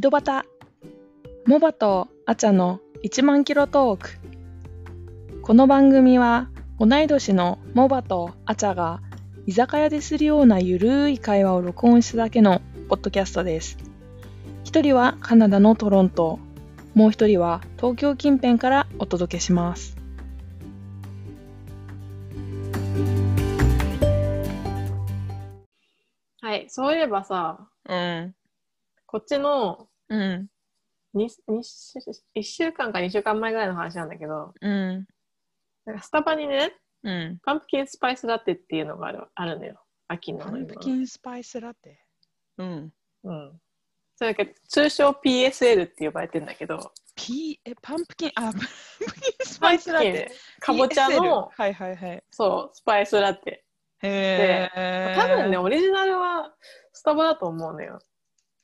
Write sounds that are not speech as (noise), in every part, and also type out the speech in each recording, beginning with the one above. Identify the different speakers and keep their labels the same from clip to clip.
Speaker 1: ドバタモバとアチャの1万キロトークこの番組は同い年のモバとアチャが居酒屋でするようなゆるい会話を録音しただけのポッドキャストです一人はカナダのトロントもう一人は東京近辺からお届けします
Speaker 2: はい、そういえばさ、
Speaker 1: うん
Speaker 2: こっちの
Speaker 1: うん
Speaker 2: ににし1週間か2週間前ぐらいの話なんだけど、
Speaker 1: うん
Speaker 2: なんかスタバにね、
Speaker 1: うん
Speaker 2: パンプキンスパイスラテっていうのがあるあるのよ。秋の
Speaker 1: パ
Speaker 2: 飲み
Speaker 1: ン
Speaker 2: 物
Speaker 1: プキンスパイスラテうん
Speaker 2: うん。それだけ通称 PSL って呼ばれてんだけど、
Speaker 1: ピーえパンプキンあパンプキンスパイスラテ
Speaker 2: パンプキンかぼちゃ
Speaker 1: PSL
Speaker 2: の、
Speaker 1: はいはいはい
Speaker 2: そう、スパイスラテ。
Speaker 1: へえ
Speaker 2: 多分ね、オリジナルはスタバだと思うのよ。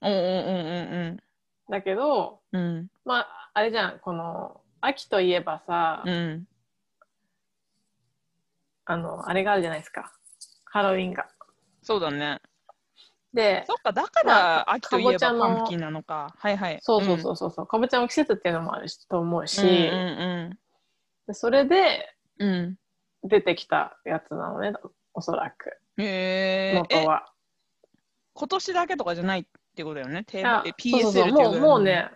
Speaker 1: うんうん
Speaker 2: だけど、
Speaker 1: うんうん
Speaker 2: まあ、あれじゃん、この、秋といえばさ、
Speaker 1: うんうん
Speaker 2: あの、あれがあるじゃないですか。ハロウィンが。
Speaker 1: そうだね
Speaker 2: で、
Speaker 1: そっかだか
Speaker 2: ま
Speaker 1: ら秋といえば
Speaker 2: かぼちゃ
Speaker 1: パ
Speaker 2: の
Speaker 1: ンプキンなのかはいはい
Speaker 2: そうそうそうそうそう、かぼちゃの季節っていうのもあるしと思うし、
Speaker 1: うんうん
Speaker 2: でそれで
Speaker 1: うんうん
Speaker 2: 出てきたやつなのねおそらく
Speaker 1: へー
Speaker 2: 元
Speaker 1: え
Speaker 2: は、
Speaker 1: 今年だけとかじゃないってことだよねテー
Speaker 2: あ
Speaker 1: ブル
Speaker 2: そう
Speaker 1: PSL っ
Speaker 2: そう
Speaker 1: て
Speaker 2: そ
Speaker 1: いうう
Speaker 2: もうもう
Speaker 1: ぐらい
Speaker 2: ね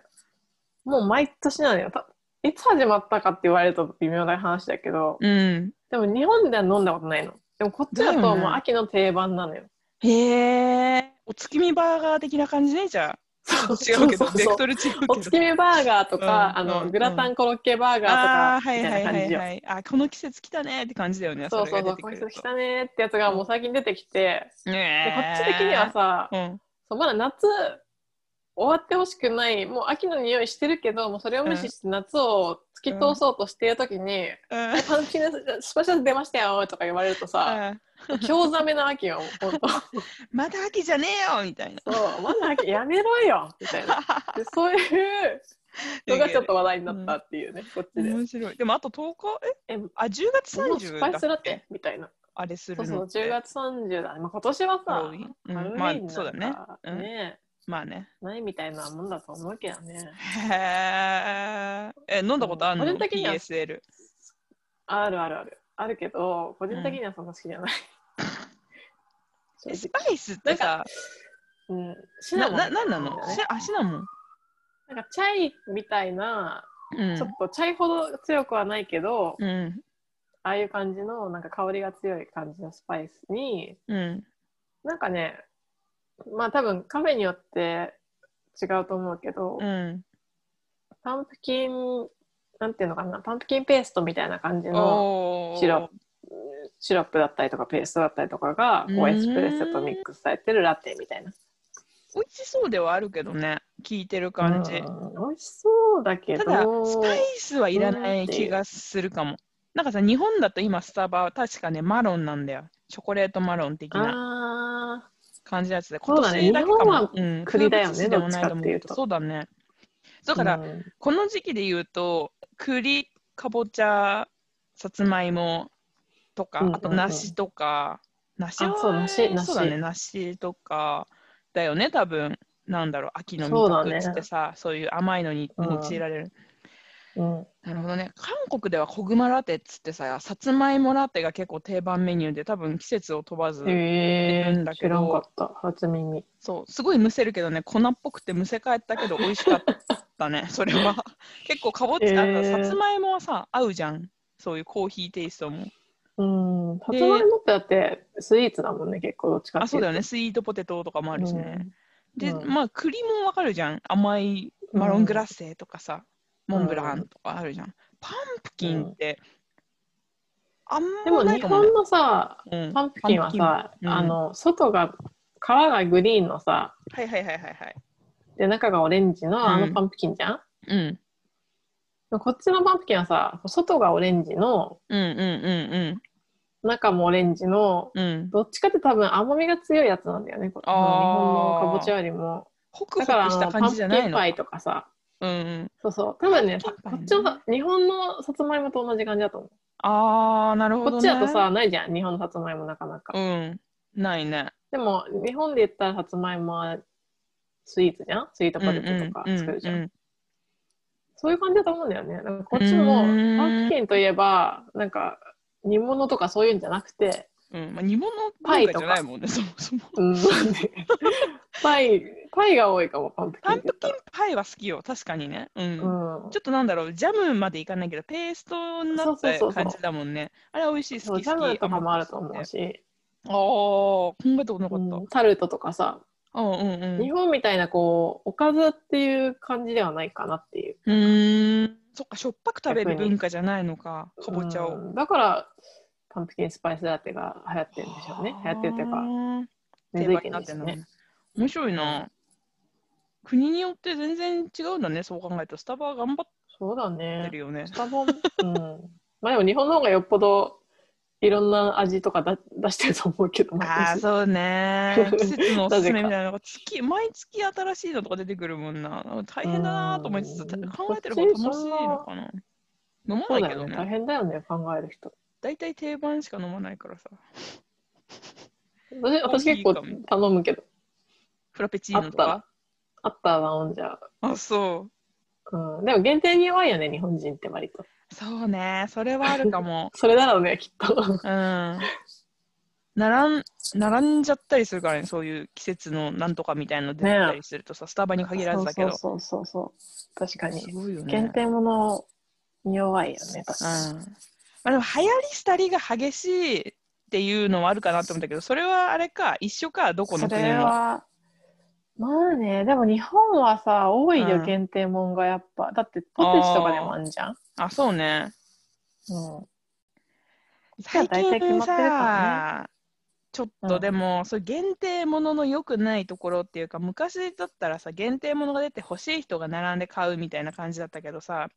Speaker 2: もう毎年なのよたいつ始まったかって言われると微妙な話だけど、
Speaker 1: のね
Speaker 2: でも日本では飲んだことないのでもこっちだ
Speaker 1: だよ
Speaker 2: と
Speaker 1: ね
Speaker 2: もう秋の定番なのよ
Speaker 1: うんへえお月見バーガー的な感じねじゃあ
Speaker 2: そう
Speaker 1: 違うけど
Speaker 2: そう
Speaker 1: ベ
Speaker 2: そう
Speaker 1: クトル違うけど
Speaker 2: お月見バーガーとか、
Speaker 1: うん
Speaker 2: あ
Speaker 1: うん
Speaker 2: のグラタンコロッケバーガ
Speaker 1: あ
Speaker 2: ー
Speaker 1: あ
Speaker 2: とか
Speaker 1: は
Speaker 2: み
Speaker 1: い
Speaker 2: た
Speaker 1: はいい
Speaker 2: な
Speaker 1: は
Speaker 2: 感じ
Speaker 1: い
Speaker 2: よ
Speaker 1: はいあこの季節来たねって感じだよね
Speaker 2: そうそうそ
Speaker 1: れ
Speaker 2: うこ
Speaker 1: が
Speaker 2: の
Speaker 1: 出てく
Speaker 2: 人
Speaker 1: ると
Speaker 2: 来たねーってやつがもう最近出てきて、でこ
Speaker 1: ね
Speaker 2: っ
Speaker 1: え
Speaker 2: ち的にはさ、
Speaker 1: うん
Speaker 2: そうまだ夏終わってほしくないもう秋の匂いしてるけどもうそれを無視して夏を突き通そうとしている時
Speaker 1: う
Speaker 2: に
Speaker 1: ん
Speaker 2: 「パンプキンスパシャル出ましたよ」とか言われるとさ
Speaker 1: うん
Speaker 2: 興ざめな秋よ本
Speaker 1: まだ秋じゃねえよみたいな
Speaker 2: 当そうまだ秋やめろよみたいな
Speaker 1: (laughs)
Speaker 2: でそういうのがちょっと話題になったっていうねこっちで
Speaker 1: 面白い。でもあと10日え
Speaker 2: え
Speaker 1: あ10月
Speaker 2: もうス
Speaker 1: 30
Speaker 2: パ
Speaker 1: だ
Speaker 2: イ
Speaker 1: っ
Speaker 2: スラ
Speaker 1: け
Speaker 2: テみたいな
Speaker 1: あれす
Speaker 2: そ
Speaker 1: る
Speaker 2: うそう
Speaker 1: のって
Speaker 2: 10月30だね、まあ、今年はさ
Speaker 1: ハ
Speaker 2: ハ
Speaker 1: ロ
Speaker 2: ロ
Speaker 1: ウ
Speaker 2: ウ
Speaker 1: ィン
Speaker 2: ィン
Speaker 1: うんまあそうだね
Speaker 2: なんか
Speaker 1: うん
Speaker 2: ね
Speaker 1: まあね。
Speaker 2: ないみたいなもんだと思うけどね
Speaker 1: へえ。え飲んだことあるの
Speaker 2: 個人的には
Speaker 1: ?PSL。
Speaker 2: あるあるある。あるけど、個人的にはそんな好きじゃない。
Speaker 1: え
Speaker 2: 正
Speaker 1: スパイスってさ、
Speaker 2: 直うん。シ
Speaker 1: な
Speaker 2: ナモン
Speaker 1: ななんなの
Speaker 2: だね
Speaker 1: しあシナモン。
Speaker 2: なんかチャイみたいな、
Speaker 1: うん
Speaker 2: ちょっとチャイほど強くはないけど、
Speaker 1: うん
Speaker 2: ああいう感じの、なんか香りが強い感じのスパイスに、
Speaker 1: うん
Speaker 2: なんかね、まあ多分カフェによって違うと思うけど、
Speaker 1: うん。
Speaker 2: パンプキン、なんていうのかな、パンプキンペーストみたいな感じの
Speaker 1: おー
Speaker 2: シロップシロップだったりとかペーストだったりとかが、こ
Speaker 1: う
Speaker 2: う
Speaker 1: ーん
Speaker 2: エスプレッソとミックスされてるラテみたいな。
Speaker 1: 美味しそうではあるけどね。聞いてる感じ。
Speaker 2: うん美味しそうだけ
Speaker 1: た
Speaker 2: ど、
Speaker 1: だスパイスはいらない気がするかも。なんかさ日本だと今スタバは確かねマロンなんだよ。チョコレートマロン的な。
Speaker 2: あ
Speaker 1: 感じのやつで、
Speaker 2: そうだね
Speaker 1: 今年けかも
Speaker 2: 日本は
Speaker 1: うん
Speaker 2: 栗だよ
Speaker 1: 風物
Speaker 2: ね
Speaker 1: 詩でもない思
Speaker 2: どっちかっていうと
Speaker 1: そうだね。
Speaker 2: ー
Speaker 1: だから、
Speaker 2: うん
Speaker 1: この時期で言うと、栗、かぼちゃ、さつまいもとか、
Speaker 2: うんうんうん
Speaker 1: あと梨とか、梨は
Speaker 2: あそう梨梨
Speaker 1: そうだね、梨とかだよね、多分なんだろう、秋の
Speaker 2: そうだ
Speaker 1: 味
Speaker 2: ね
Speaker 1: 覚っつってさ、そう,、いう甘いのに用いられる。
Speaker 2: うん
Speaker 1: なるほどね韓国では小熊ラテっつってささつまいもラテが結構定番メニューで多分季節を問わず
Speaker 2: へ
Speaker 1: るん
Speaker 2: え
Speaker 1: だ
Speaker 2: 知
Speaker 1: けど
Speaker 2: らんかった初耳
Speaker 1: そう、すごいむせるけどね、粉っぽくてむせ返ったけど、美味しかった
Speaker 2: (laughs)
Speaker 1: ね、それは。結構かぼちゃ、あの
Speaker 2: えー
Speaker 1: さつまいもはさ、合うじゃん。そういうコーヒーテイストも。
Speaker 2: うんさつまいもってだってスイーツだもんね結構どっちかってい
Speaker 1: あ、そうだよ
Speaker 2: ね
Speaker 1: ね、スイートポテトとかもあるしね。で、
Speaker 2: うん
Speaker 1: まあ、栗もわかるじゃん。甘いマロングラッセとかさ、モンブランとかあるじゃん。パンプキンって、あん
Speaker 2: で
Speaker 1: ま
Speaker 2: も
Speaker 1: ない
Speaker 2: 日
Speaker 1: かもね
Speaker 2: 本。のさ
Speaker 1: うん
Speaker 2: パンプキンは
Speaker 1: パ
Speaker 2: さ
Speaker 1: ンプキンうん
Speaker 2: あの外が皮がグリーンのさ
Speaker 1: はいはいはいはいはい。
Speaker 2: で中がオレンジ
Speaker 1: うん
Speaker 2: のあのパンプキンじゃん、
Speaker 1: うん。
Speaker 2: こっちのパンプキンはさ外がオレンジの
Speaker 1: うんうんうん
Speaker 2: 中もオレンジの
Speaker 1: うん。うん。
Speaker 2: どっちかって多分甘みが強いやつなんだよね。こ
Speaker 1: あー
Speaker 2: 日本のかぼちゃよりも。
Speaker 1: ホクホ
Speaker 2: だ
Speaker 1: ク
Speaker 2: からあ
Speaker 1: し
Speaker 2: の
Speaker 1: た
Speaker 2: パン
Speaker 1: 感
Speaker 2: プ
Speaker 1: じ
Speaker 2: キ
Speaker 1: じゃない
Speaker 2: ン
Speaker 1: の
Speaker 2: パイとかさ。
Speaker 1: うんうん。
Speaker 2: そうそう。多分ね、
Speaker 1: パン
Speaker 2: こ
Speaker 1: プキンパイね
Speaker 2: っちのさ日本のさつまいもと同じ感じだと思
Speaker 1: あー、なるほ
Speaker 2: う。こ
Speaker 1: ど、
Speaker 2: っ
Speaker 1: ね。
Speaker 2: ちだとさ、ないじゃん。日本のさつまいもなかなか。
Speaker 1: うん。ないね。
Speaker 2: でも、日本で言ったらさつまいもはスイーツじゃんスイートポテトとか作るじゃん。そういう感じだと思うんだよね。なんかこっちも、
Speaker 1: う
Speaker 2: パ
Speaker 1: ーん
Speaker 2: ンプキンといえば、なんか、煮物とかそういうんじゃなくて、
Speaker 1: うんまあ、煮物文化じゃないもんね、そもそも。
Speaker 2: うん、パイ、パイが多いかも、パンプキン
Speaker 1: パ
Speaker 2: っ
Speaker 1: ン
Speaker 2: て言
Speaker 1: プキ
Speaker 2: った
Speaker 1: ン
Speaker 2: ら。
Speaker 1: パイは好きよ、確かにね。うん。
Speaker 2: うん
Speaker 1: ちょっとなんだろう、ジャムまでいかないけど、ペーストになっ
Speaker 2: そうそうそうそ
Speaker 1: た
Speaker 2: う
Speaker 1: 感じだもんね。あれは美味しい、
Speaker 2: そ
Speaker 1: 好
Speaker 2: う、
Speaker 1: き
Speaker 2: ジャ
Speaker 1: 好
Speaker 2: ム
Speaker 1: き。
Speaker 2: とかもあると思う
Speaker 1: ね。
Speaker 2: し、
Speaker 1: ああ、考えたことなかった。
Speaker 2: うんタルトとかさ、
Speaker 1: うん、うんうん。
Speaker 2: 日本みたいなこう、おかずっていう感じではないかなっていう。
Speaker 1: うーん、そっか、しょっぱく食べる
Speaker 2: 逆に
Speaker 1: 文化じゃないのか、かぼちゃを。
Speaker 2: うんだから、パンプキンスパイスラテが流行ってるんでしょうね。流行ってるというか、
Speaker 1: か、
Speaker 2: 根
Speaker 1: 定
Speaker 2: 付
Speaker 1: 番に
Speaker 2: いてる
Speaker 1: なんっ
Speaker 2: で
Speaker 1: て
Speaker 2: す
Speaker 1: る
Speaker 2: よ
Speaker 1: の
Speaker 2: ね
Speaker 1: ね。。面白いな。国によって全然違うんだね、そう考えると。スタバは頑張っ
Speaker 2: そうだ
Speaker 1: て
Speaker 2: ね
Speaker 1: る。よね
Speaker 2: ス。タバも、うん。まあでも日本の方がよっぽどいろんな味とかだ出してると思うけど、毎
Speaker 1: ああ、
Speaker 2: 年
Speaker 1: そうね。 (laughs) 季節のおすすめみたいなのが
Speaker 2: (laughs)
Speaker 1: 月、毎月新しいのとか出てくるもんな。なんか大変だなと思いつ
Speaker 2: う
Speaker 1: つ、
Speaker 2: ーん
Speaker 1: 考えてる方が楽しいのかな。飲
Speaker 2: そ
Speaker 1: まな
Speaker 2: う
Speaker 1: い
Speaker 2: だ
Speaker 1: け
Speaker 2: よ
Speaker 1: ど
Speaker 2: ね。大
Speaker 1: ね。
Speaker 2: 変だよね、考える人。
Speaker 1: 大体定番しか飲まないからさ。
Speaker 2: 私私結構頼むけど、
Speaker 1: フラペチ
Speaker 2: あ
Speaker 1: ー
Speaker 2: っ
Speaker 1: ノと
Speaker 2: たら
Speaker 1: か。、
Speaker 2: あったら頼んじゃう。
Speaker 1: あ、そう。
Speaker 2: うん、でも限定に弱いよね、日本人って割と。
Speaker 1: そうね。それはあるかも。
Speaker 2: それだろうね、きっと。
Speaker 1: うん並ん並んじゃったりするからね、そういう季節のなんとかみたいなの出てたりするとさ、スタバに限らずだけど。
Speaker 2: そうそうそうそう。確かに。
Speaker 1: すごいよね。
Speaker 2: 限定ものに弱いよね、確
Speaker 1: うん
Speaker 2: かに。
Speaker 1: まあ、でも流行り廃りが激しいっていうのはあるかなと思ったけど、それはあれか、一緒か、どこの
Speaker 2: そ
Speaker 1: 国
Speaker 2: れ
Speaker 1: も。
Speaker 2: は、まあね、でも日本はさ、多いよ、
Speaker 1: うん
Speaker 2: 限定もんがやっぱ。だって、ポテチとかでもあんじゃん。
Speaker 1: あ、そうね。
Speaker 2: うん。
Speaker 1: 最
Speaker 2: 大体決ま
Speaker 1: 近
Speaker 2: ってるから
Speaker 1: さ、ちょっとでも、そういう限定ものの良くないところっていうか、昔だったらさ、限定ものが出て欲しい人が並んで買うみたいな感じだったけどさ、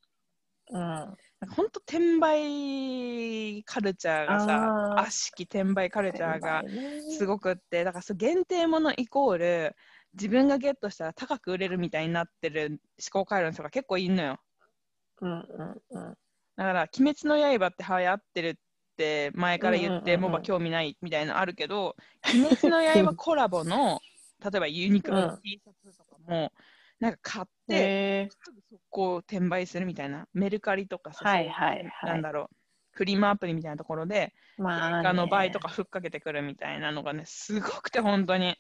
Speaker 2: うん。
Speaker 1: なんかほんと転売カルチャーがさ
Speaker 2: あー
Speaker 1: 悪しき転売カルチャーがす
Speaker 2: ご
Speaker 1: ごくってだからそう限定ものイコール自分がゲットしたら高く売れるみたいになってる思考回路の人が結構いるのよ
Speaker 2: うんうんうん。
Speaker 1: だから「鬼滅の刃」って流行ってるって前から言って
Speaker 2: うんうんうんう
Speaker 1: も
Speaker 2: ん
Speaker 1: ば興味ないみたいなのあるけど「鬼滅の刃」コラボ
Speaker 2: (laughs)
Speaker 1: の例えばユニクロの T シャツとかもなんか買って
Speaker 2: へえ
Speaker 1: すぐ速攻転売するみたいなメルカリとかさ
Speaker 2: はいはい
Speaker 1: な
Speaker 2: は
Speaker 1: ん
Speaker 2: い。
Speaker 1: だろう、フリマアプリみたいなところで、
Speaker 2: まあ、ね。
Speaker 1: あの倍とかふっかけてくるみたいなのがね、すごくて本当に。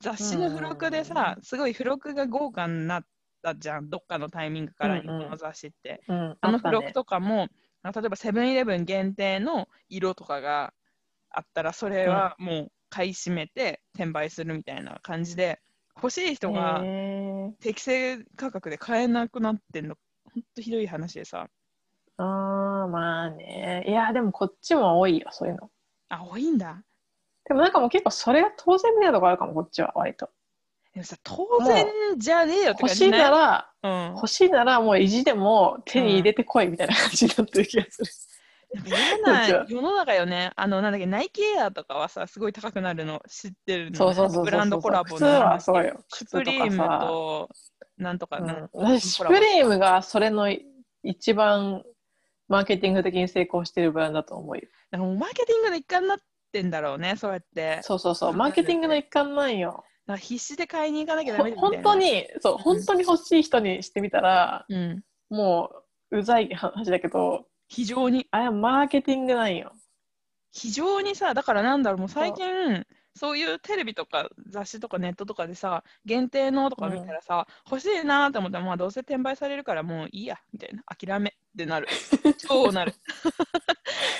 Speaker 1: 雑誌の付録でさ、すごい付録が豪華になったじゃん、どっかのタイミングから、
Speaker 2: うんうん
Speaker 1: この雑誌って。
Speaker 2: うん、
Speaker 1: あの
Speaker 2: っ
Speaker 1: 付
Speaker 2: たね
Speaker 1: 録とかも、あ例えばセブンイレブン限定の色とかがあったら、それはもう買い占めて転売するみたいな感じで、欲しい人が
Speaker 2: へえ
Speaker 1: 適正価格で買えなくなってんの、本当ひどい話でさ。
Speaker 2: ああ、まあね。いや、でもこっちも多いよ、そういうの。
Speaker 1: あ、多いんだ。
Speaker 2: でもなんかもう結構それが当然みたいなとこあるかも、こっちは割と。
Speaker 1: でもさ、当然じゃねえよって
Speaker 2: 欲
Speaker 1: 感
Speaker 2: し
Speaker 1: じ
Speaker 2: い
Speaker 1: ね。
Speaker 2: なら、
Speaker 1: うん、
Speaker 2: 欲しいならもう意地でも手に入れてこいみたいな感じになってる気がする。
Speaker 1: 嫌な世の中よね。あの、なんだっけ、ナイキエアとかはさ、すごい高くなるの知ってるの、ね。
Speaker 2: そうそうそうそうそう。
Speaker 1: ブランドコラボ
Speaker 2: 靴は
Speaker 1: の。
Speaker 2: そうよ。
Speaker 1: シ
Speaker 2: 靴
Speaker 1: ュプ
Speaker 2: と
Speaker 1: リー
Speaker 2: か
Speaker 1: ム
Speaker 2: さ。
Speaker 1: と、なんとか
Speaker 2: うん
Speaker 1: なんか、
Speaker 2: 私、シュプリームがそれの一番マーケティング的に成功してるブランドだと思うよ。
Speaker 1: なんかもうマーケティングの一環になってんだろうね、そうやって。
Speaker 2: そうそうそ
Speaker 1: そう
Speaker 2: う。
Speaker 1: だよ
Speaker 2: マ
Speaker 1: ね
Speaker 2: ーケティングの一環なんよ。
Speaker 1: なんか必死で買いに行かなきゃダメ
Speaker 2: ほ
Speaker 1: だみた
Speaker 2: 本
Speaker 1: いな
Speaker 2: 当。に、そう、
Speaker 1: ん
Speaker 2: 本当に欲しい人にしてみたら、
Speaker 1: うん。
Speaker 2: もう、うざい話だけど、
Speaker 1: 非常に、
Speaker 2: あれはマーケティングなんよ。
Speaker 1: 非常にさ、だからなんだろう、もう最近、そういうテレビとか雑誌とかネットとかでさ、限定のとか見たらさ、欲しいなーって思ったら、まあどうせ転売されるからもういいや、みたいな、諦めってな
Speaker 2: (laughs)
Speaker 1: る。超なる。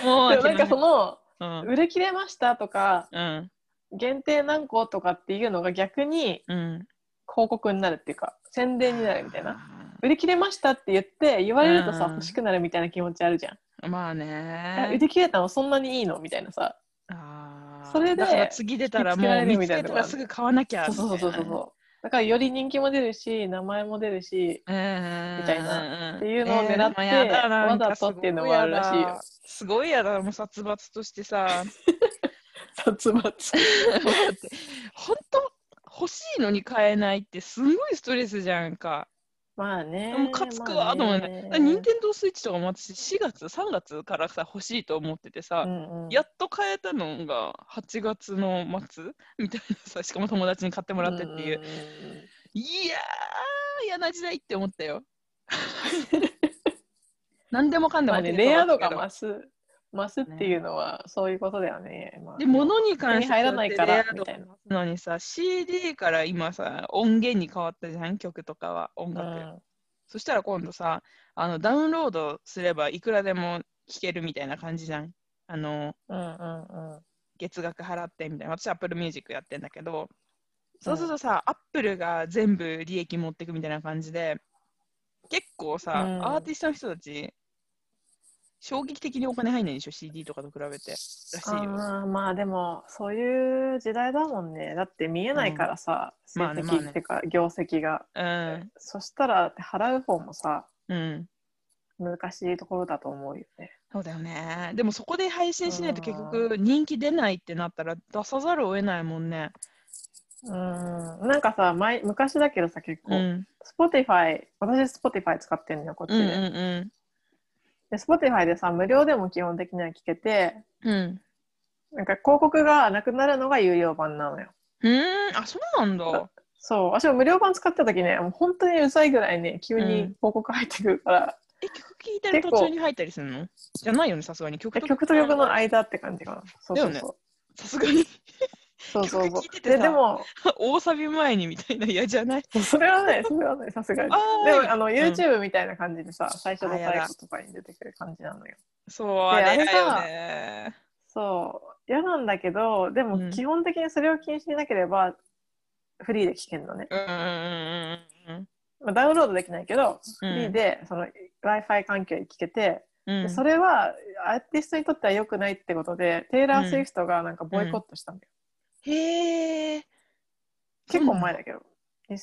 Speaker 1: もう
Speaker 2: でもな
Speaker 1: 諦
Speaker 2: ん
Speaker 1: め
Speaker 2: かその、
Speaker 1: うん
Speaker 2: 売れ切れましたとか、
Speaker 1: うん
Speaker 2: 限定何個とかっていうのが逆に
Speaker 1: うん。
Speaker 2: 広告になるっていうか、宣伝になるみたいな。
Speaker 1: な。
Speaker 2: 売り切れましたって言って、言われるとさ、
Speaker 1: うん
Speaker 2: 欲しくなるみたいな気持ちあるじゃん。
Speaker 1: まあ
Speaker 2: あ売
Speaker 1: ね。
Speaker 2: り切れたのそんなにいいのみたいなさ。
Speaker 1: あー
Speaker 2: それで
Speaker 1: だから次出たらもう見つけたらすぐ買わなきゃ
Speaker 2: そうそうそうそうそう。だからより人気も出るし、名前も出るし、
Speaker 1: みた
Speaker 2: た
Speaker 1: い
Speaker 2: い
Speaker 1: な。うん
Speaker 2: っていうのを狙って
Speaker 1: えーまあやだな
Speaker 2: わざとっていうのもあるらしいよ。
Speaker 1: すごいやだ、もう殺伐としてさ。 (laughs)
Speaker 2: 殺伐。
Speaker 1: 本当欲しいのに買えないってすごいストレスじゃんか。
Speaker 2: まあね。
Speaker 1: もうムカつくわと思うね。任天堂スイッチとかも私4月3月からさ欲しいと思っててさ、やっと買えたのが8月の末みたいなさしかも友達に買ってもらってっていう、
Speaker 2: う
Speaker 1: いやー、嫌な時代って思ったよ。 (laughs) 何でもかんで
Speaker 2: ま
Speaker 1: も
Speaker 2: あ
Speaker 1: 当て
Speaker 2: ね、
Speaker 1: る
Speaker 2: レイヤード
Speaker 1: と
Speaker 2: が
Speaker 1: 思うけど
Speaker 2: 増す、増すっていうのは、そういうことだよね。まあ、
Speaker 1: で、物に関して
Speaker 2: 手に入らないから
Speaker 1: レイヤード
Speaker 2: みたいな
Speaker 1: なのにさ、CD から今さ、音源に変わったじゃん、曲とかは、音
Speaker 2: う
Speaker 1: 楽。
Speaker 2: ん、
Speaker 1: そしたら今度さ、あのダウンロードすればいくらでも聴けるみたいな感じじゃん。あの
Speaker 2: うん、うん、うん。
Speaker 1: 月額払ってみたいな。私、Apple Music やってんだけど、そうするとさ、Apple が全部利益持ってくみたいな感じで、結構さ、
Speaker 2: うん
Speaker 1: アーティストの人たち、衝撃的にお金入んないでしょ、CD とかと比べて。らしいよ。
Speaker 2: あーまあでもそういう時代だもんねだって見えないからさ、
Speaker 1: うんまあ
Speaker 2: 成
Speaker 1: ね
Speaker 2: 績、
Speaker 1: まあね
Speaker 2: ってか業績が、
Speaker 1: うん。
Speaker 2: そしたら払う方もさ
Speaker 1: うん。
Speaker 2: 難しいところだと思うよね
Speaker 1: そうだよね。でもそこで配信しないと結局人気出ないってなったら出さざるを得ないもんね。
Speaker 2: うんなんかさ前昔だけどさ結
Speaker 1: う
Speaker 2: 構、
Speaker 1: ん。
Speaker 2: Spotify 私 Spotify 使ってんのよこっち
Speaker 1: う
Speaker 2: で,、
Speaker 1: んう
Speaker 2: で Spotify でさ無料でも基本的には聞けて
Speaker 1: んうん。うん。
Speaker 2: なんか広告がなくなるのが有料版なのよ
Speaker 1: うーん、あ、そうなんだ。
Speaker 2: そう私も無料版使った時ねもう本当にうざいぐらいね急
Speaker 1: うん
Speaker 2: に広告入ってくるから、
Speaker 1: え、曲聴いてる途中に入ったりするのじゃないよね、さすがに。曲
Speaker 2: え
Speaker 1: と
Speaker 2: 曲と曲の。間って感じかな。そうそう
Speaker 1: だよ
Speaker 2: そう。
Speaker 1: さすがに。 (laughs)
Speaker 2: そうそう
Speaker 1: 曲
Speaker 2: そう
Speaker 1: 聴いててさ
Speaker 2: ででも、
Speaker 1: 大サビ前にみたいな嫌じゃない
Speaker 2: それはね、それはね、さすがに。
Speaker 1: あー
Speaker 2: でも、あの、
Speaker 1: うん
Speaker 2: YouTube みたいな感じでさ、最初
Speaker 1: あ
Speaker 2: と
Speaker 1: や
Speaker 2: 最
Speaker 1: だ
Speaker 2: 後とかに出てくる感じなのよ。
Speaker 1: そう、あ
Speaker 2: で
Speaker 1: れだよ
Speaker 2: あ
Speaker 1: ね。
Speaker 2: そう。嫌なんだけど、で
Speaker 1: うん
Speaker 2: も、基本的にそれを気にしなければ、フリーで聴けるのね。
Speaker 1: うんうん
Speaker 2: まあ、ダウンロードできないけど、
Speaker 1: うん
Speaker 2: フリーで、その、Wi-Fi 環境で聴けて、
Speaker 1: うんうん。う
Speaker 2: で
Speaker 1: ん、
Speaker 2: それは、アーティストにとっては良くないってことで、テイラ
Speaker 1: うん
Speaker 2: ー・スウィフトがなんかボイコットしたのよ。
Speaker 1: へえ。
Speaker 2: 結構前だけど。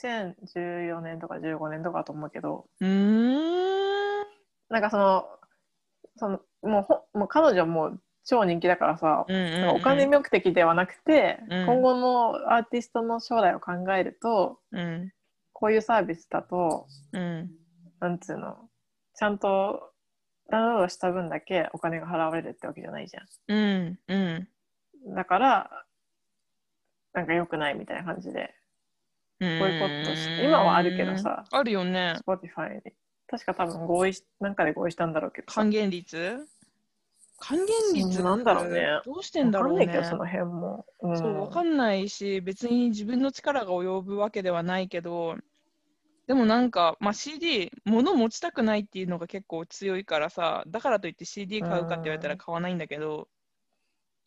Speaker 2: 2014年とか15年とかだと思うけど、
Speaker 1: うーん。
Speaker 2: なんかその、そのもうほもう彼女もう超人気だからさ、
Speaker 1: うんうんうん
Speaker 2: お金目的ではなくて、
Speaker 1: うん
Speaker 2: 今後のアーティストの将来を考えると、
Speaker 1: うん。
Speaker 2: こういうサービスだと、
Speaker 1: うん。
Speaker 2: なんつうの、ちゃんとダウンロードした分だけお金が払われるってわけじゃないじゃ
Speaker 1: うん。うん。
Speaker 2: ん。だから、なんか良くないみたいな感じで、
Speaker 1: ボ
Speaker 2: ボイコットして今はあるけどさ
Speaker 1: あるよね
Speaker 2: Spotify に。確か多分合意し、なんかで合意したんだろうけどさ。
Speaker 1: 還元率還元率
Speaker 2: そうなんだろうね
Speaker 1: どうしてんだろう
Speaker 2: わか
Speaker 1: ね
Speaker 2: んないけど、その辺も。うん
Speaker 1: そうわかんないし別に自分の力が及ぶわけではないけどでもなんか、まあ、CD 物持ちたくないっていうのが結構強いからさだからといって CD 買うかって言われたら買わないんだけど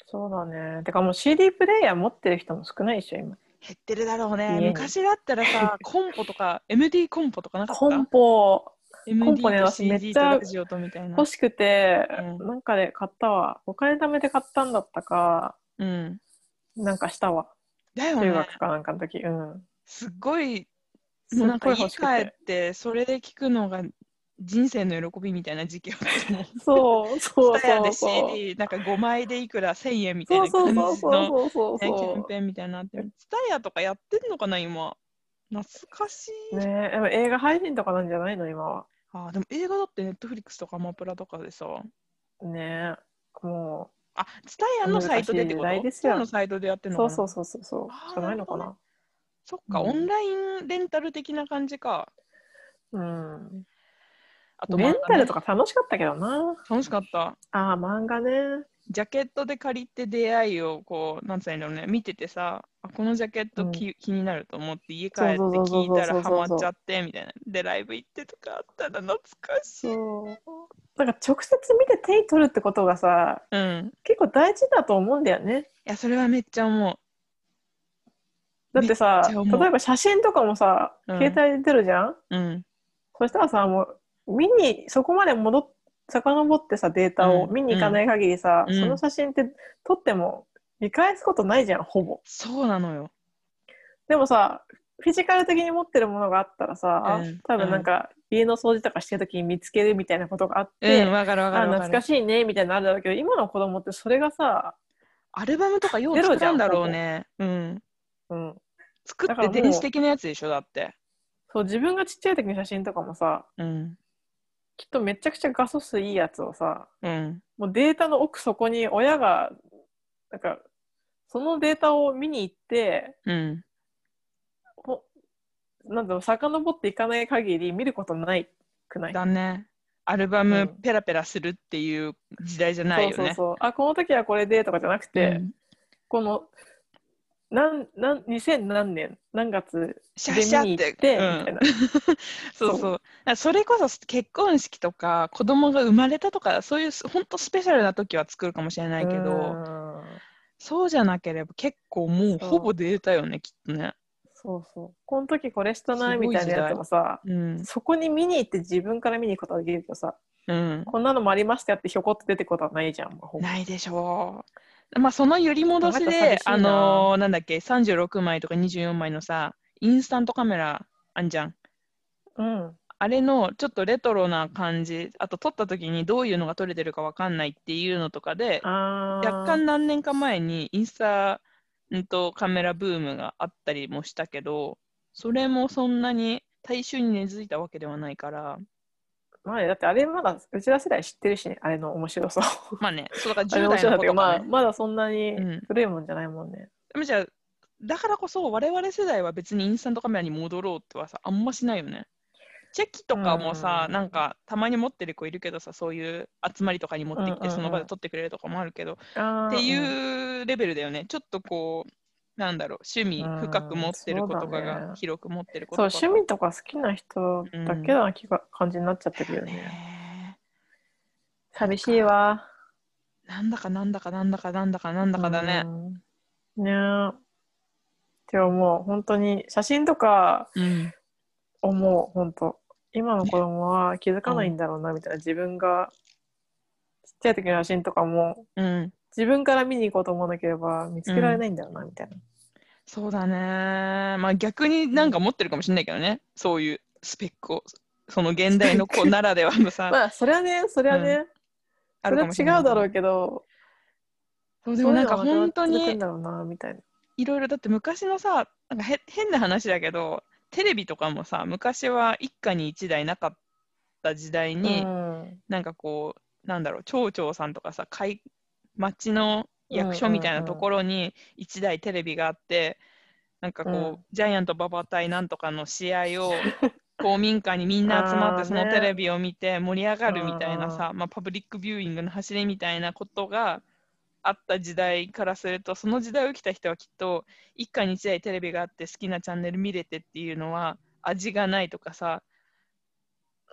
Speaker 2: そうだね。てかもう CD プレイヤー持ってる人も少ないでしょ、今。
Speaker 1: 減ってるだろうね
Speaker 2: 家に
Speaker 1: 昔だったら
Speaker 2: (laughs)
Speaker 1: さコンポとか MD コンポとかなかっ
Speaker 2: コン
Speaker 1: た
Speaker 2: ポ
Speaker 1: MD
Speaker 2: コンポね
Speaker 1: と
Speaker 2: 私めっ
Speaker 1: CD
Speaker 2: ち
Speaker 1: と
Speaker 2: ゃ
Speaker 1: ラジオとみたいな
Speaker 2: 欲しくて、
Speaker 1: うん
Speaker 2: なんかで買ったわ。お金貯めて買ったんだったか、
Speaker 1: うん
Speaker 2: なんかしたわ。
Speaker 1: だよ
Speaker 2: 中
Speaker 1: ね
Speaker 2: 学かなんかの時。うん。
Speaker 1: すっごい
Speaker 2: す
Speaker 1: もうな
Speaker 2: っ
Speaker 1: ん
Speaker 2: ご
Speaker 1: か
Speaker 2: い
Speaker 1: 家
Speaker 2: 欲し
Speaker 1: 帰
Speaker 2: くて
Speaker 1: っ。てそれで聞くのが人生の喜びみたいな時期を
Speaker 2: そう、そう、
Speaker 1: スタヤ
Speaker 2: そ
Speaker 1: で
Speaker 2: う。そう
Speaker 1: CD なんか5枚でいくら1000円みたい
Speaker 2: そう
Speaker 1: な感
Speaker 2: そう
Speaker 1: じ
Speaker 2: そ
Speaker 1: の
Speaker 2: うそうそう
Speaker 1: ねキャン
Speaker 2: そ
Speaker 1: ペーンみたいになってスタヤとかやってんのかな今懐かしい、
Speaker 2: う。ねえ、でも映画配信とかなんじゃないの今は。
Speaker 1: あーでも映画だってネットフリックスとかアマプラとかでさ
Speaker 2: ねえ、も
Speaker 1: あスタヤのサイトでってこ
Speaker 2: 難しい
Speaker 1: と
Speaker 2: 時代で
Speaker 1: ス
Speaker 2: す
Speaker 1: タ
Speaker 2: よ
Speaker 1: ヤのサイトでやって
Speaker 2: う、
Speaker 1: んのか
Speaker 2: そう
Speaker 1: な
Speaker 2: そうそうそうそう
Speaker 1: あー。
Speaker 2: じゃないのかな。
Speaker 1: そっか、
Speaker 2: うん
Speaker 1: オンラインレンタル的な感じか
Speaker 2: うん。
Speaker 1: あと
Speaker 2: レンタルと
Speaker 1: か
Speaker 2: か楽しかったけどな。
Speaker 1: 楽しかった
Speaker 2: ああ、漫画ね。
Speaker 1: ジャケットで借りて出会いをこうなんつうんだろうね見ててさあこのジャケットき、気になると思って家帰って
Speaker 2: そうそうそう
Speaker 1: 聞
Speaker 2: そ
Speaker 1: いうたら
Speaker 2: そう
Speaker 1: ハ
Speaker 2: そうそう
Speaker 1: マっちゃってみたいなでライブ行ってとかあったら懐かしい
Speaker 2: そう。なんか直接見て手に取るってことがさ、
Speaker 1: うん
Speaker 2: 結構大事だと思うんだよね。
Speaker 1: いやそれはめっちゃ思
Speaker 2: だってさ、
Speaker 1: めっちゃ思う
Speaker 2: 例えば写真とかもさ、
Speaker 1: うん
Speaker 2: 携帯で出るじゃん、
Speaker 1: ううん
Speaker 2: そしたらさ、もう、見に、そこまで戻っ、遡ってさ、データを
Speaker 1: うん
Speaker 2: 見に行かない限りさ、
Speaker 1: うん
Speaker 2: その写真って撮っても見返すことないじゃん、ほぼ。
Speaker 1: そうなのよ
Speaker 2: でもさ、フィジカル的に持ってるものがあったらさ、
Speaker 1: うん
Speaker 2: 多分なんか、家の掃除とかしてる時に見つけるみたいなことがあって、
Speaker 1: うんわかるわか
Speaker 2: あ
Speaker 1: るわか
Speaker 2: 懐
Speaker 1: る
Speaker 2: かしいねみたいなのあるだろうけど今の子供ってそれがさ、
Speaker 1: アルバムとかよう
Speaker 2: ゼロ
Speaker 1: 作
Speaker 2: じ
Speaker 1: る
Speaker 2: ゃん
Speaker 1: んだろうねうん
Speaker 2: うん、
Speaker 1: 作
Speaker 2: だ
Speaker 1: っ
Speaker 2: から
Speaker 1: て
Speaker 2: もう
Speaker 1: 電子的なやつでしょだって
Speaker 2: そう自分がちっちゃい時の写真とかもさ
Speaker 1: うん
Speaker 2: きっとめちゃくちゃ画素数いいやつをさ
Speaker 1: うん
Speaker 2: もうデータの奥底に親がなんかそのデータを見に行って
Speaker 1: うん
Speaker 2: ほなんだろう遡っていかない限り見ることないくない
Speaker 1: だね。アルバ
Speaker 2: う
Speaker 1: ム
Speaker 2: ん
Speaker 1: ペラペラするっていう時代じゃないよ
Speaker 2: そうそう
Speaker 1: ね。
Speaker 2: そうあこの時はこれでとかじゃなくて、
Speaker 1: うん
Speaker 2: このなんなん2000何年何月
Speaker 1: シ
Speaker 2: で
Speaker 1: ャ
Speaker 2: 見
Speaker 1: ッシャッ
Speaker 2: に
Speaker 1: っ
Speaker 2: 行ってて
Speaker 1: うん
Speaker 2: みたいな、
Speaker 1: そうそう。あそれこそ結婚式とか子供が生まれたとかそういう本当スペシャルな時は作るかもしれないけど、
Speaker 2: うん
Speaker 1: そうじゃなければ結構もう
Speaker 2: そう
Speaker 1: ほぼ出れたよねきっとね。
Speaker 2: そうそうこの時これしたな
Speaker 1: すごい
Speaker 2: みたいなやつもさ
Speaker 1: うん
Speaker 2: そこに見に行って自分から見に行くことはできるけどさ
Speaker 1: うん、
Speaker 2: こんなのもありましたよってひょこっと出てくことはないじゃんほぼ
Speaker 1: ないでしょう。まあその揺り戻し
Speaker 2: なんか
Speaker 1: で
Speaker 2: 寂しいな
Speaker 1: あのーなんだっけ36枚とか24枚のさインスタントカメラあんじゃん。
Speaker 2: うん
Speaker 1: あれのちょっとレトロな感じあと撮った時にどういうのが撮れてるかわかんないっていうのとかで
Speaker 2: あー
Speaker 1: 若干何年か前にインスタんとカメラブームがあったりもしたけどそれもそんなに大衆に根付いたわけではないから
Speaker 2: まあねだってあれまだうちら世代知ってるしねあれの面白さを
Speaker 1: まあねそうだ
Speaker 2: あ
Speaker 1: か
Speaker 2: れ
Speaker 1: ら10
Speaker 2: 面
Speaker 1: 代
Speaker 2: 白さ
Speaker 1: の
Speaker 2: っ
Speaker 1: 子
Speaker 2: ていう
Speaker 1: と
Speaker 2: かま
Speaker 1: か、
Speaker 2: あ
Speaker 1: ね
Speaker 2: まだそんなに
Speaker 1: うん
Speaker 2: 古いもんじゃないもんね、
Speaker 1: でもじゃあだからこそ我々世代は別にインスタントカメラに戻ろうってはさあんましないよね。チェキとかもさ、
Speaker 2: うん
Speaker 1: なんかたまに持ってる子いるけどさそういう集まりとかに持ってき
Speaker 2: うんうんう
Speaker 1: て
Speaker 2: ん
Speaker 1: その場で撮ってくれるとかもあるけど、
Speaker 2: あー
Speaker 1: って
Speaker 2: うん
Speaker 1: いうレベルだよね、ちょっとこうなんだろう趣味
Speaker 2: うん
Speaker 1: 深く持ってる子とか
Speaker 2: そうだ
Speaker 1: が、
Speaker 2: ね
Speaker 1: 広く持ってる子とか
Speaker 2: そう
Speaker 1: が
Speaker 2: 趣味とか好きな人だけな気が、感じになっちゃってるよね
Speaker 1: ね
Speaker 2: 寂しいわ
Speaker 1: えなんだかなんだかなんだかなんだかなんだかだね
Speaker 2: うんねえでももう本当に写真とか
Speaker 1: うん、
Speaker 2: 思う本当今の子供は気づかないんだろうなみたいな自分がちっちゃい時の写真とかも
Speaker 1: うん、
Speaker 2: 自分から見に行こうと思わなければ見つけられないんだろうなみたいな、
Speaker 1: そうだねまあ逆になんか持ってるかもしれないけどねそういうスペックをその現代の子ならではのさ
Speaker 2: (laughs) まあそれはねそれはね、
Speaker 1: あ
Speaker 2: そ
Speaker 1: る
Speaker 2: れ
Speaker 1: か
Speaker 2: は
Speaker 1: もし
Speaker 2: 違
Speaker 1: れないう
Speaker 2: だろうけど
Speaker 1: そうでもなんか本当
Speaker 2: そういう
Speaker 1: に
Speaker 2: のはどうやって続くんだろうなみたいない
Speaker 1: ろいろだって昔のさなんかへ変な話だけどテレビとかもさ昔は一家に一台なかった時代に、
Speaker 2: うん
Speaker 1: なんかこうなんだろう町長さんとかさ会町の役所みたいなところに1台テレビがあって、なんかこう、
Speaker 2: うん
Speaker 1: ジャイアント馬場対なんとかの試合
Speaker 2: (laughs)
Speaker 1: を公民館にみんな集まっ
Speaker 2: あー
Speaker 1: てその
Speaker 2: ね
Speaker 1: テレビを見て盛り上がるみたいなさ、まあ、パブリックビューイングの走りみたいなことがあった時代からするとその時代を生きた人はきっと一家に一台テレビがあって好きなチャンネル見れてっていうのは味がないとかさ、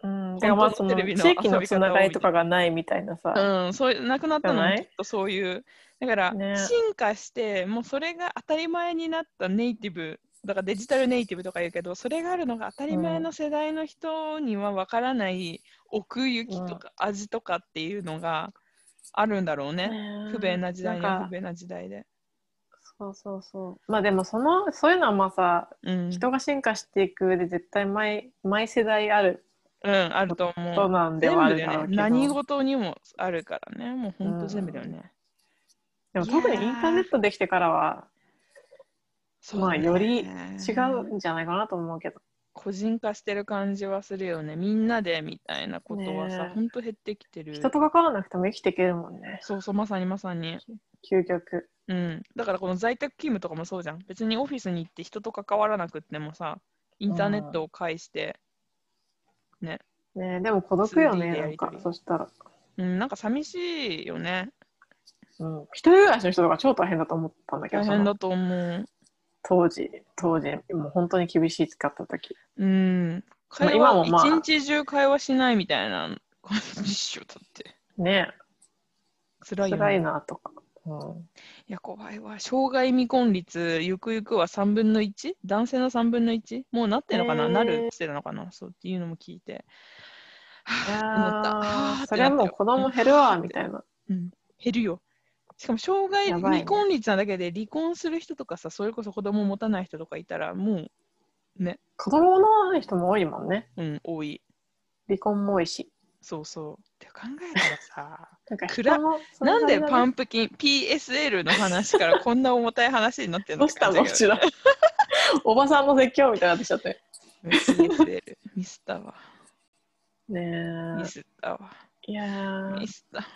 Speaker 2: うん、だからまあそ
Speaker 1: 本当の
Speaker 2: の地
Speaker 1: テレビの
Speaker 2: 域のつながりとかがないみたいなさ、
Speaker 1: うん、そういうなくなったの
Speaker 2: じゃ
Speaker 1: も
Speaker 2: ない
Speaker 1: きっとそういうだから、
Speaker 2: ね
Speaker 1: 進化してもうそれが当たり前になったネイティブだからデジタルネイティブとか言うけどそれがあるのが当たり前の世代の人にはわからない奥行きとか味とかっていうのがあるんだろうね、不便な時代に
Speaker 2: な
Speaker 1: は
Speaker 2: んか
Speaker 1: 不便な時代で。
Speaker 2: そうそうそうまあでもそのそういうのはまあさ、
Speaker 1: うん、
Speaker 2: 人が進化していく上で絶対毎毎世代ある
Speaker 1: うん、あると
Speaker 2: こ
Speaker 1: 思
Speaker 2: と
Speaker 1: う。
Speaker 2: なんで
Speaker 1: 全
Speaker 2: はあ
Speaker 1: 部
Speaker 2: る
Speaker 1: だ
Speaker 2: だ
Speaker 1: よ
Speaker 2: ろう
Speaker 1: ね。
Speaker 2: けど、
Speaker 1: 何事にもあるからね。もう本当全部だよね。
Speaker 2: でも特にインターネットできてからは
Speaker 1: そうだね
Speaker 2: まあより違うんじゃないかなと思うけど、
Speaker 1: 個人化してる感じはするよねみんなでみたいなことは
Speaker 2: ね
Speaker 1: さ
Speaker 2: え
Speaker 1: ほんと減ってきてる
Speaker 2: 人と関わらなくても生きていけるもんね
Speaker 1: そうそうまさにまさに、
Speaker 2: 究極
Speaker 1: うん、だからこの在宅勤務とかもそうじゃん別にオフィスに行って人と関わらなくってもさインターネットを介して、
Speaker 2: ねでも孤独よ
Speaker 1: 2D
Speaker 2: ね
Speaker 1: でや
Speaker 2: な
Speaker 1: り
Speaker 2: ん
Speaker 1: とり
Speaker 2: かそしたら、
Speaker 1: うん、なんか寂しいよね
Speaker 2: うん、一人暮らしの人とか超大変だと思ったんだけど
Speaker 1: 大
Speaker 2: そ
Speaker 1: 変
Speaker 2: の
Speaker 1: だと思う
Speaker 2: 当時当時もう本当に厳しい使った時
Speaker 1: うん会話、
Speaker 2: 今もまあ
Speaker 1: 一日中会話しないみたいな感じっしょだって
Speaker 2: ね
Speaker 1: 辛いよね
Speaker 2: 辛いなとか、うん、
Speaker 1: いや、怖いわ。障害未婚率、ゆくゆくは3分の 1? 男性の3分の 1? もうなってるのかな、
Speaker 2: えー
Speaker 1: なるってのかなそうっていうのも聞いて。
Speaker 2: いや
Speaker 1: はぁ
Speaker 2: ーそれはもう子供減るわみたいな
Speaker 1: 減るよ。しかも、障害
Speaker 2: やばいね
Speaker 1: 未婚率なだけで離婚する人とかさ、それこそ子供持たない人とかいたら、も
Speaker 2: 子供のない人も多いもんね
Speaker 1: う、うん、多い。
Speaker 2: 離婚も多いし
Speaker 1: そうそう。って考えたらさ、
Speaker 2: なんか
Speaker 1: 暗っ
Speaker 2: 人も (laughs) それ
Speaker 1: なんで
Speaker 2: あれだね
Speaker 1: パンプキン、PSL の話からこんな重たい話になってんの
Speaker 2: どうしたのうちらおばさんの (laughs) 説教みたいになってきちゃって
Speaker 1: ?PSL、ミスったわ。
Speaker 2: ね
Speaker 1: ミスったわ。 (laughs)
Speaker 2: えいやー
Speaker 1: ミスった。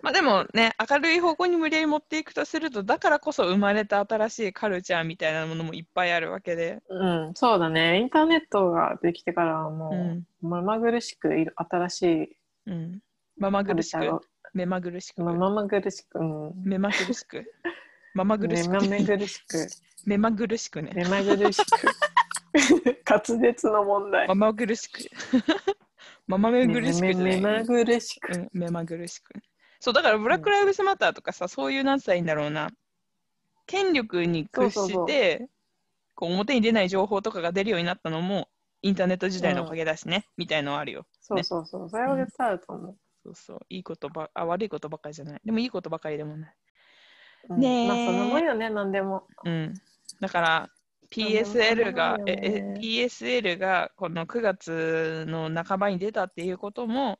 Speaker 1: まあでもね明るい方向に無理やり持っていくとするとだからこそ生まれた新しいカルチャーみたいなものもいっぱいあるわけで、
Speaker 2: うん、そうだね。インターネットができてからはもう、
Speaker 1: うん
Speaker 2: 目まぐるしくいる新しい
Speaker 1: うん、まま
Speaker 2: カ
Speaker 1: ぐ
Speaker 2: ル
Speaker 1: るし
Speaker 2: チャー
Speaker 1: く
Speaker 2: が、
Speaker 1: 目まぐるしく
Speaker 2: まままぐるしく、うん。
Speaker 1: 目まぐるしくままぐるし
Speaker 2: 目ま
Speaker 1: く
Speaker 2: ぐるしく、
Speaker 1: (laughs) 目まぐるしくね
Speaker 2: 目まぐるしく。 (laughs) 滑舌の問題
Speaker 1: ま。まぐるしくままめぐるしくじゃない
Speaker 2: 目まぐるしく。
Speaker 1: うん、目まぐるしく。そうだからブラック・ライブスマターとかさ、そういうなんつったらいいんだろうな権力に屈して
Speaker 2: そうそう
Speaker 1: こう表に出ない情報とかが出るようになったのもインターネット時代のおかげだしね、みたいのはあるよ。
Speaker 2: そうそうそう。それは絶対あると思
Speaker 1: そうそういいことばあ悪いことばかりじゃないでもいいことばかりでもない。
Speaker 2: う。うん
Speaker 1: ねえ
Speaker 2: まあ、そのもんよね、なんでも。
Speaker 1: うん、だから
Speaker 2: なんで
Speaker 1: PSL
Speaker 2: もな
Speaker 1: が
Speaker 2: ん、でもない
Speaker 1: え
Speaker 2: よね
Speaker 1: え PSL がこの9月の半ばに出たっていうことも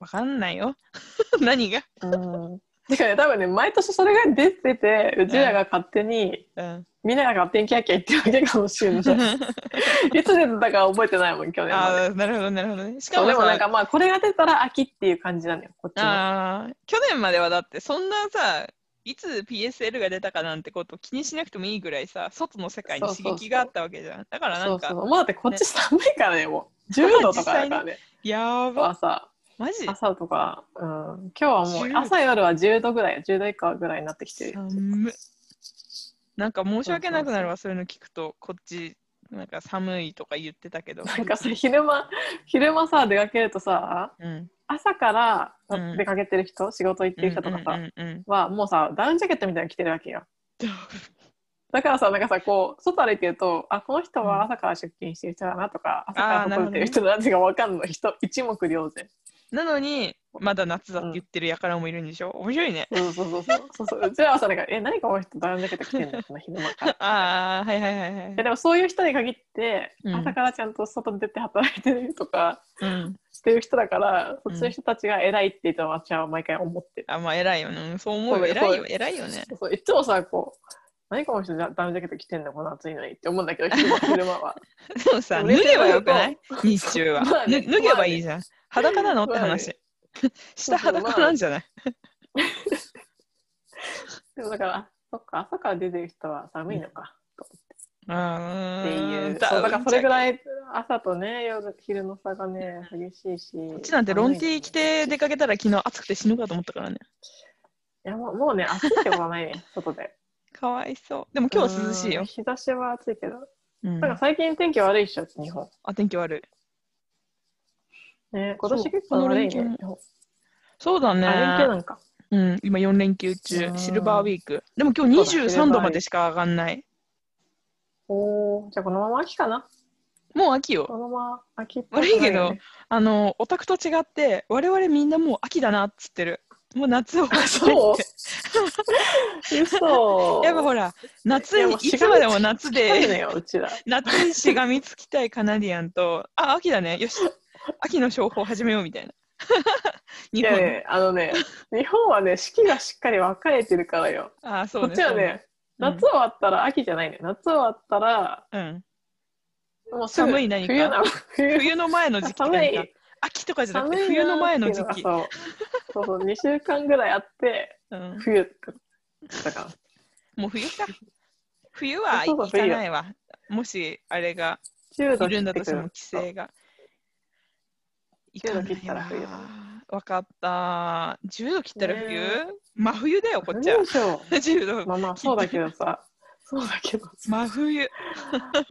Speaker 1: わかんないよ。 (laughs) 何が、
Speaker 2: (laughs) うん。だからね、多分ね、毎年それが出てて、うちらが勝手に、
Speaker 1: うん、
Speaker 2: みんなが勝手にキャーキャー言ってるわけかもしれ (laughs) ない。いつ出てたか覚えてないもん、去年まで。
Speaker 1: ああ、なるほど、なるほどね。しか
Speaker 2: そう
Speaker 1: も
Speaker 2: でも
Speaker 1: さ
Speaker 2: なんかまあこれが出たら秋っていう感じなのよこっちの
Speaker 1: ああ、去年まではだって、そんなさ、いつ PSL が出たかなんてこと気にしなくてもいいぐらいさ、外の世界に刺
Speaker 2: そうそうそ
Speaker 1: 激
Speaker 2: う
Speaker 1: があったわけじゃん。だからな
Speaker 2: そ
Speaker 1: ん
Speaker 2: う
Speaker 1: か、
Speaker 2: そうもうだってこっち寒いからねもう10度と
Speaker 1: (laughs)
Speaker 2: かだからね
Speaker 1: やーば、
Speaker 2: 朝
Speaker 1: マジ
Speaker 2: 朝とか、うん、今日はもう
Speaker 1: 10度
Speaker 2: 朝夜は10度ぐらい10度以下ぐらいになってきてる
Speaker 1: 寒っなんか申し訳なくなるわ、そういうの聞くと、こっち、なんか寒いとか言ってたけど。
Speaker 2: なんかさ昼間昼間さ出かけるとさ
Speaker 1: うん、
Speaker 2: 朝から
Speaker 1: うん
Speaker 2: 出かけてる人、仕事行ってる人とかさ、
Speaker 1: うんうんうん
Speaker 2: はもうさダウンジャケットみたいなの着てるわけよだからさなんかさこう外歩いてるとあこの人は朝から出勤してる人だなとか、朝
Speaker 1: あー
Speaker 2: から外出てる人だなっていうのが分かんの人一目瞭然
Speaker 1: (laughs) なのに、まだ夏だって言ってる輩もいるんでしょ面白いね。
Speaker 2: そうそうそうそうそう
Speaker 1: (laughs)
Speaker 2: そううちらはさなんかえ何この人ダウンジャケット着てんだこの昼間から
Speaker 1: ああ、はいはいはいはい
Speaker 2: え。でもそういう人に限って、
Speaker 1: うん
Speaker 2: 朝からちゃんと外に出て働いてるとか
Speaker 1: うん
Speaker 2: してる人だから、
Speaker 1: うん
Speaker 2: そっちの人たちが偉いって言うと私は毎回思ってる、
Speaker 1: あ、まあ偉いよね。うんそう思う
Speaker 2: そ
Speaker 1: よ。
Speaker 2: うだ
Speaker 1: 偉いよ。
Speaker 2: よそうだよ
Speaker 1: 偉いよね。
Speaker 2: そうそういつもさこう何この人ダウンジャケット着てんだこの暑いのにって思うんだけど昼間昼間
Speaker 1: (laughs)
Speaker 2: は
Speaker 1: でもさ、
Speaker 2: で
Speaker 1: 脱
Speaker 2: も冷静に
Speaker 1: げばよくない日中は。
Speaker 2: (laughs) まあね
Speaker 1: ぬ脱げばいいじゃん。裸なのって
Speaker 2: まあね
Speaker 1: 話。 (laughs) 下裸なんじゃない
Speaker 2: でもだからあそっか朝から出てる人は寒いのか、
Speaker 1: あ
Speaker 2: ってい
Speaker 1: ー
Speaker 2: う、
Speaker 1: ん
Speaker 2: そうだからそれぐ
Speaker 1: い。
Speaker 2: らい朝とね夜昼の差がね激しいしこ
Speaker 1: こっちなんてロンティー着て出かけたら昨日暑くて死ぬかと思ったからね。
Speaker 2: いやもうもうね暑いってことはないね (laughs) 外で
Speaker 1: かわいそう。でも今日は涼しい
Speaker 2: うん
Speaker 1: よ。
Speaker 2: 日差しは暑いけど、
Speaker 1: うん
Speaker 2: なんか最近天気悪いっしょ日本
Speaker 1: あ、天気悪い。
Speaker 2: ね今年結
Speaker 1: こ
Speaker 2: 構
Speaker 1: の
Speaker 2: 悪い
Speaker 1: 連休
Speaker 2: ね
Speaker 1: も
Speaker 2: 日本
Speaker 1: そうだ
Speaker 2: あ連休な
Speaker 1: ね。
Speaker 2: んか
Speaker 1: うん、今4連休
Speaker 2: う
Speaker 1: 中、
Speaker 2: ん
Speaker 1: シルバーウィーク。でも今日
Speaker 2: そうだ
Speaker 1: 23度までしか上がんない。
Speaker 2: おおじゃあこのまま秋かな
Speaker 1: もう秋よ。
Speaker 2: このまま秋っぽくな
Speaker 1: 悪
Speaker 2: るよ
Speaker 1: い
Speaker 2: ね
Speaker 1: けど、あの、オタクと違って、我々みんなもう秋だなっつってる。もう夏を
Speaker 2: あそう (laughs) 嘘
Speaker 1: (laughs) やっぱほら、夏
Speaker 2: い
Speaker 1: に
Speaker 2: やもう
Speaker 1: いつまでも夏
Speaker 2: 近いの
Speaker 1: で、
Speaker 2: ようちら
Speaker 1: 夏にしがみつきたいカナディアンと、あ、秋だね、よし、秋の商法始めようみたいな。 (laughs)
Speaker 2: い
Speaker 1: 日
Speaker 2: や
Speaker 1: 本、
Speaker 2: ねあのね日本はね四季がしっかり分かれてるからよ
Speaker 1: あ、そ
Speaker 2: こ
Speaker 1: う
Speaker 2: っ
Speaker 1: ね。
Speaker 2: ちは
Speaker 1: そ
Speaker 2: ね
Speaker 1: うね
Speaker 2: 夏終わったら秋じゃないね夏終わったら
Speaker 1: うん、うん
Speaker 2: もうすぐ
Speaker 1: 寒い何か
Speaker 2: 冬なの
Speaker 1: (laughs) 冬の前の時期とか
Speaker 2: 寒い
Speaker 1: 秋とかじゃなく
Speaker 2: 寒
Speaker 1: て、
Speaker 2: い
Speaker 1: 冬の前の
Speaker 2: な
Speaker 1: 時
Speaker 2: ーって
Speaker 1: 期
Speaker 2: いう。のがそうそうそう2週間ぐらいあって
Speaker 1: うん、
Speaker 2: 冬だ
Speaker 1: (laughs)
Speaker 2: から
Speaker 1: もう冬
Speaker 2: (laughs)
Speaker 1: か。冬は
Speaker 2: そう
Speaker 1: 行
Speaker 2: そう
Speaker 1: かないわ。もし、あれが、
Speaker 2: 10度
Speaker 1: いるんだとしても、
Speaker 2: 切っ
Speaker 1: 規制
Speaker 2: てくる
Speaker 1: が。い
Speaker 2: 10度切ったら冬だ
Speaker 1: わかった。10度切ったら冬、
Speaker 2: ね
Speaker 1: 真冬だよ、こっちは (laughs)
Speaker 2: 何。でしょ
Speaker 1: 10度
Speaker 2: うまあまあそうだけど
Speaker 1: (laughs)
Speaker 2: さそうだけどさ
Speaker 1: 真冬。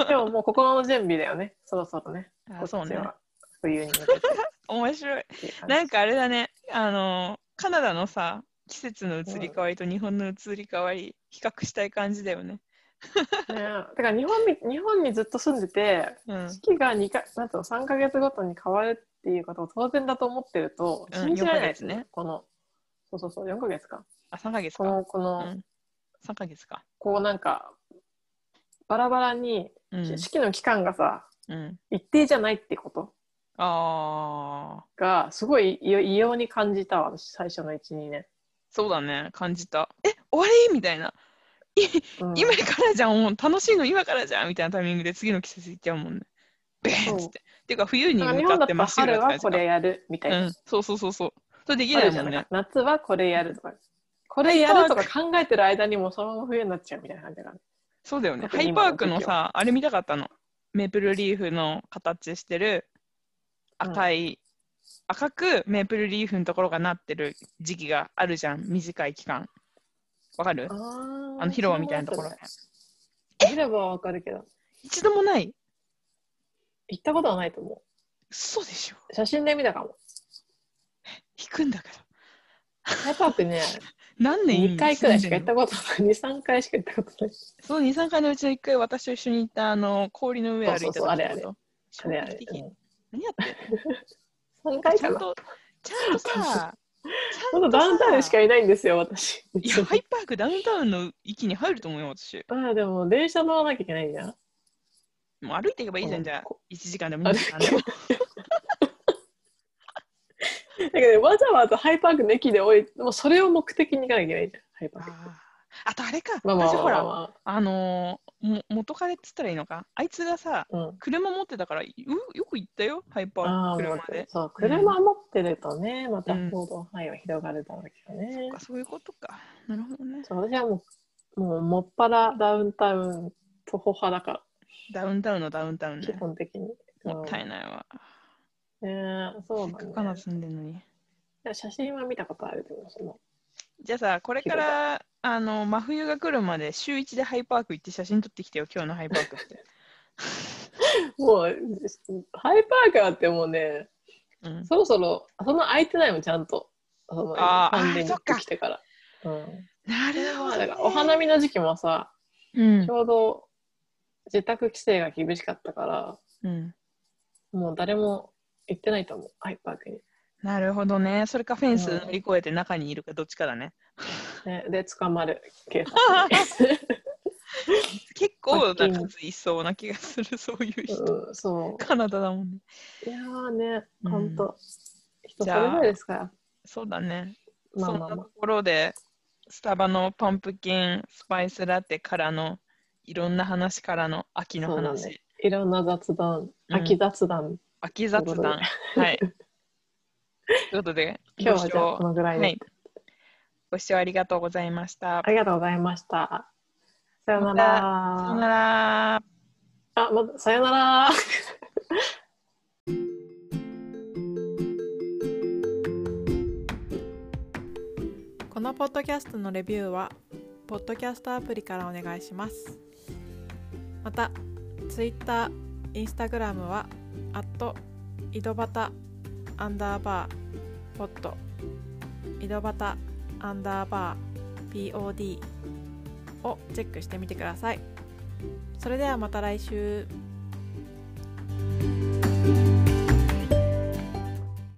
Speaker 2: でももう心の準備だよねそろそろねこ
Speaker 1: あ
Speaker 2: っち
Speaker 1: そうね。
Speaker 2: は冬に向けて
Speaker 1: 面白い。
Speaker 2: っていう感じ
Speaker 1: なんかあれだね、あの、カナダのさ、季節の移り変わりと日本の移り変わり、比較したい感じだよね。
Speaker 2: ねだから日本に日本にずっと住んでて
Speaker 1: うん。
Speaker 2: 四季が2かなんていうの3か月ごとに変わるっていうことを当然だと思ってると
Speaker 1: うん
Speaker 2: 信じられないです
Speaker 1: 四ヶ月
Speaker 2: ね
Speaker 1: ね
Speaker 2: このそうそうそう4か月か
Speaker 1: あ、3ヶ月
Speaker 2: こ
Speaker 1: か。
Speaker 2: のこ
Speaker 1: う
Speaker 2: の
Speaker 1: ん。3ヶ月か。
Speaker 2: こうなんかバラバラに
Speaker 1: うん。
Speaker 2: 式の期間がさ
Speaker 1: うん、
Speaker 2: 一定じゃないってこと
Speaker 1: ああ、
Speaker 2: がすごい異異様に感じたわ私最初の12年、
Speaker 1: そうだね、感じた。え、終わりみたいな。
Speaker 2: うん
Speaker 1: 今からじゃん、もう楽しいの今からじゃんみたいなタイミングで次の季節行っちゃうもんね。ベーンっつって。っていうか、冬に
Speaker 2: なんか日
Speaker 1: 向
Speaker 2: 本
Speaker 1: か
Speaker 2: だ
Speaker 1: っ
Speaker 2: ってた
Speaker 1: 真
Speaker 2: ら
Speaker 1: っ白
Speaker 2: 春
Speaker 1: だ
Speaker 2: は
Speaker 1: った
Speaker 2: これやるみたいな、
Speaker 1: うん、そうそうそうそう。とでき
Speaker 2: あ
Speaker 1: な
Speaker 2: る
Speaker 1: い
Speaker 2: じ
Speaker 1: も
Speaker 2: ゃ
Speaker 1: ん
Speaker 2: ん
Speaker 1: ね。
Speaker 2: なんか夏はこれやるとかこれやるとか考えてる間にもうそのまま冬になっちゃうみたいな感じが
Speaker 1: そうだよね。
Speaker 2: 特
Speaker 1: ハ
Speaker 2: に
Speaker 1: イ
Speaker 2: 今
Speaker 1: パ
Speaker 2: の
Speaker 1: ークの
Speaker 2: 時期
Speaker 1: さ、あれ見たかったの。メープルリーフの形してる赤い、赤くメープルリーフのところがなってる時期があるじゃん、短い期間。わかる
Speaker 2: あ
Speaker 1: あの広場みたいなところ。
Speaker 2: 広場はわかるけど
Speaker 1: 一度もない
Speaker 2: 行ったことはないと思
Speaker 1: 嘘でしょ。
Speaker 2: う写真で見たかも
Speaker 1: 引くんだけど。
Speaker 2: ハイパ
Speaker 1: (laughs)
Speaker 2: ークね
Speaker 1: 何年
Speaker 2: 2回くらいしか行
Speaker 1: 行
Speaker 2: ったことない23回しか行ったことない
Speaker 1: その2、3回のうちの1回、私と一緒に行ったあの氷の上歩いてた
Speaker 2: そうそうそうあれあれ
Speaker 1: とこ
Speaker 2: あ
Speaker 1: (laughs)
Speaker 2: れあれ
Speaker 1: 衝撃的何やってんの
Speaker 2: (laughs) 3回
Speaker 1: ちゃ
Speaker 2: か
Speaker 1: ん
Speaker 2: な
Speaker 1: と、ちゃんとさ、ちゃ
Speaker 2: ほんとダウンタウンしかいないんですよ私
Speaker 1: い
Speaker 2: (laughs)
Speaker 1: や、ハイパークダウンタウンの域に入ると思うよ、私。
Speaker 2: ああでも電車乗らなきゃいけないじゃん
Speaker 1: もう歩いていけばいいじゃ、
Speaker 2: うんん
Speaker 1: じゃあ
Speaker 2: こ、
Speaker 1: 1時間でも2時間でも。
Speaker 2: だけどわざわざハイパークの駅で降りもうそれを目的に行かなきゃいけないじゃんハイパーク
Speaker 1: あーあとあれか、
Speaker 2: まあまあ
Speaker 1: 私
Speaker 2: まあ
Speaker 1: ほ
Speaker 2: まあ、
Speaker 1: ら、あのーも元彼っつったらいいのか、あいつがさ、
Speaker 2: うん、
Speaker 1: 車持ってたから、うよく行ったよ、ハイパー
Speaker 2: ああ
Speaker 1: ク、
Speaker 2: ま
Speaker 1: 車
Speaker 2: あ
Speaker 1: で。
Speaker 2: そう、車持ってるとね、また
Speaker 1: うん
Speaker 2: 行動範囲は広がるだろうけ
Speaker 1: そ
Speaker 2: どね
Speaker 1: っか、。そういうことか。なるほどね。
Speaker 2: そう、私はもう、もう、もっぱらダウンタウン、徒歩派だか
Speaker 1: ダウンタウンのダウンタウン
Speaker 2: ら、
Speaker 1: ね
Speaker 2: 基。本的に。
Speaker 1: もった
Speaker 2: い。
Speaker 1: いないわ。
Speaker 2: ねえそう
Speaker 1: せっかく
Speaker 2: だ
Speaker 1: 彼
Speaker 2: ね
Speaker 1: 女。住んでるのに。
Speaker 2: いや写真は見たことあるけど、その、
Speaker 1: じゃあさ、これからあの真冬が来るまで週一でハイパーク行って写真撮ってきてよ、今日のハイパークって。
Speaker 2: もう、 (laughs) ハイパーカーってもうね、
Speaker 1: (laughs) うん、
Speaker 2: そろそろ、そんな空いてないもん、ちゃんと。その、
Speaker 1: あー
Speaker 2: 完全に
Speaker 1: あーそっか
Speaker 2: 来てから。うん。
Speaker 1: なるほど、
Speaker 2: だ
Speaker 1: ね
Speaker 2: か。らお花見の時期もさ、
Speaker 1: うん
Speaker 2: ち。ょうど、自宅規制が厳しかったから、
Speaker 1: うん。
Speaker 2: もう誰も行ってないと思う、ハイパークに。
Speaker 1: なるほどね。それかフェンス乗り越えて中にいるかどっちかだね。
Speaker 2: ね、で、捕まる、警
Speaker 1: (laughs)
Speaker 2: 察
Speaker 1: 結構
Speaker 2: 罰
Speaker 1: な
Speaker 2: 金
Speaker 1: 数いそうな気がする、そういう
Speaker 2: に。
Speaker 1: 人。
Speaker 2: うん、そ
Speaker 1: カナダだもんね。
Speaker 2: う。いやーね、
Speaker 1: うん
Speaker 2: ほんと。人そ
Speaker 1: じ
Speaker 2: れ
Speaker 1: ゃあ
Speaker 2: ぞれですから。
Speaker 1: そうだね。
Speaker 2: まあ
Speaker 1: そん
Speaker 2: まあ
Speaker 1: な
Speaker 2: ま
Speaker 1: ところで、スタバのパンプキンスパイスラテからのいろんな話からの秋の
Speaker 2: そうだね
Speaker 1: 話、
Speaker 2: あ。いろんな雑談、
Speaker 1: うん
Speaker 2: 秋雑談。
Speaker 1: 秋雑
Speaker 2: という
Speaker 1: 談。
Speaker 2: (laughs)
Speaker 1: はい。ということで、
Speaker 2: 今日はじゃ
Speaker 1: ご
Speaker 2: あこ
Speaker 1: 視聴
Speaker 2: のぐらいで、
Speaker 1: はいご視聴ありがとうございました
Speaker 2: あ。りがとうございました。さ
Speaker 1: さよ
Speaker 2: よな
Speaker 1: う
Speaker 2: ら。
Speaker 1: なら。
Speaker 2: あ、まず、さよなら。
Speaker 3: このポッドキャストのレビューはポッドキャストアプリからお願いしますまた Twitter、Instagram は井戸端アンダーバーポッド井戸端アンダーバー POD をチェックしてみてくださいそれではまた来週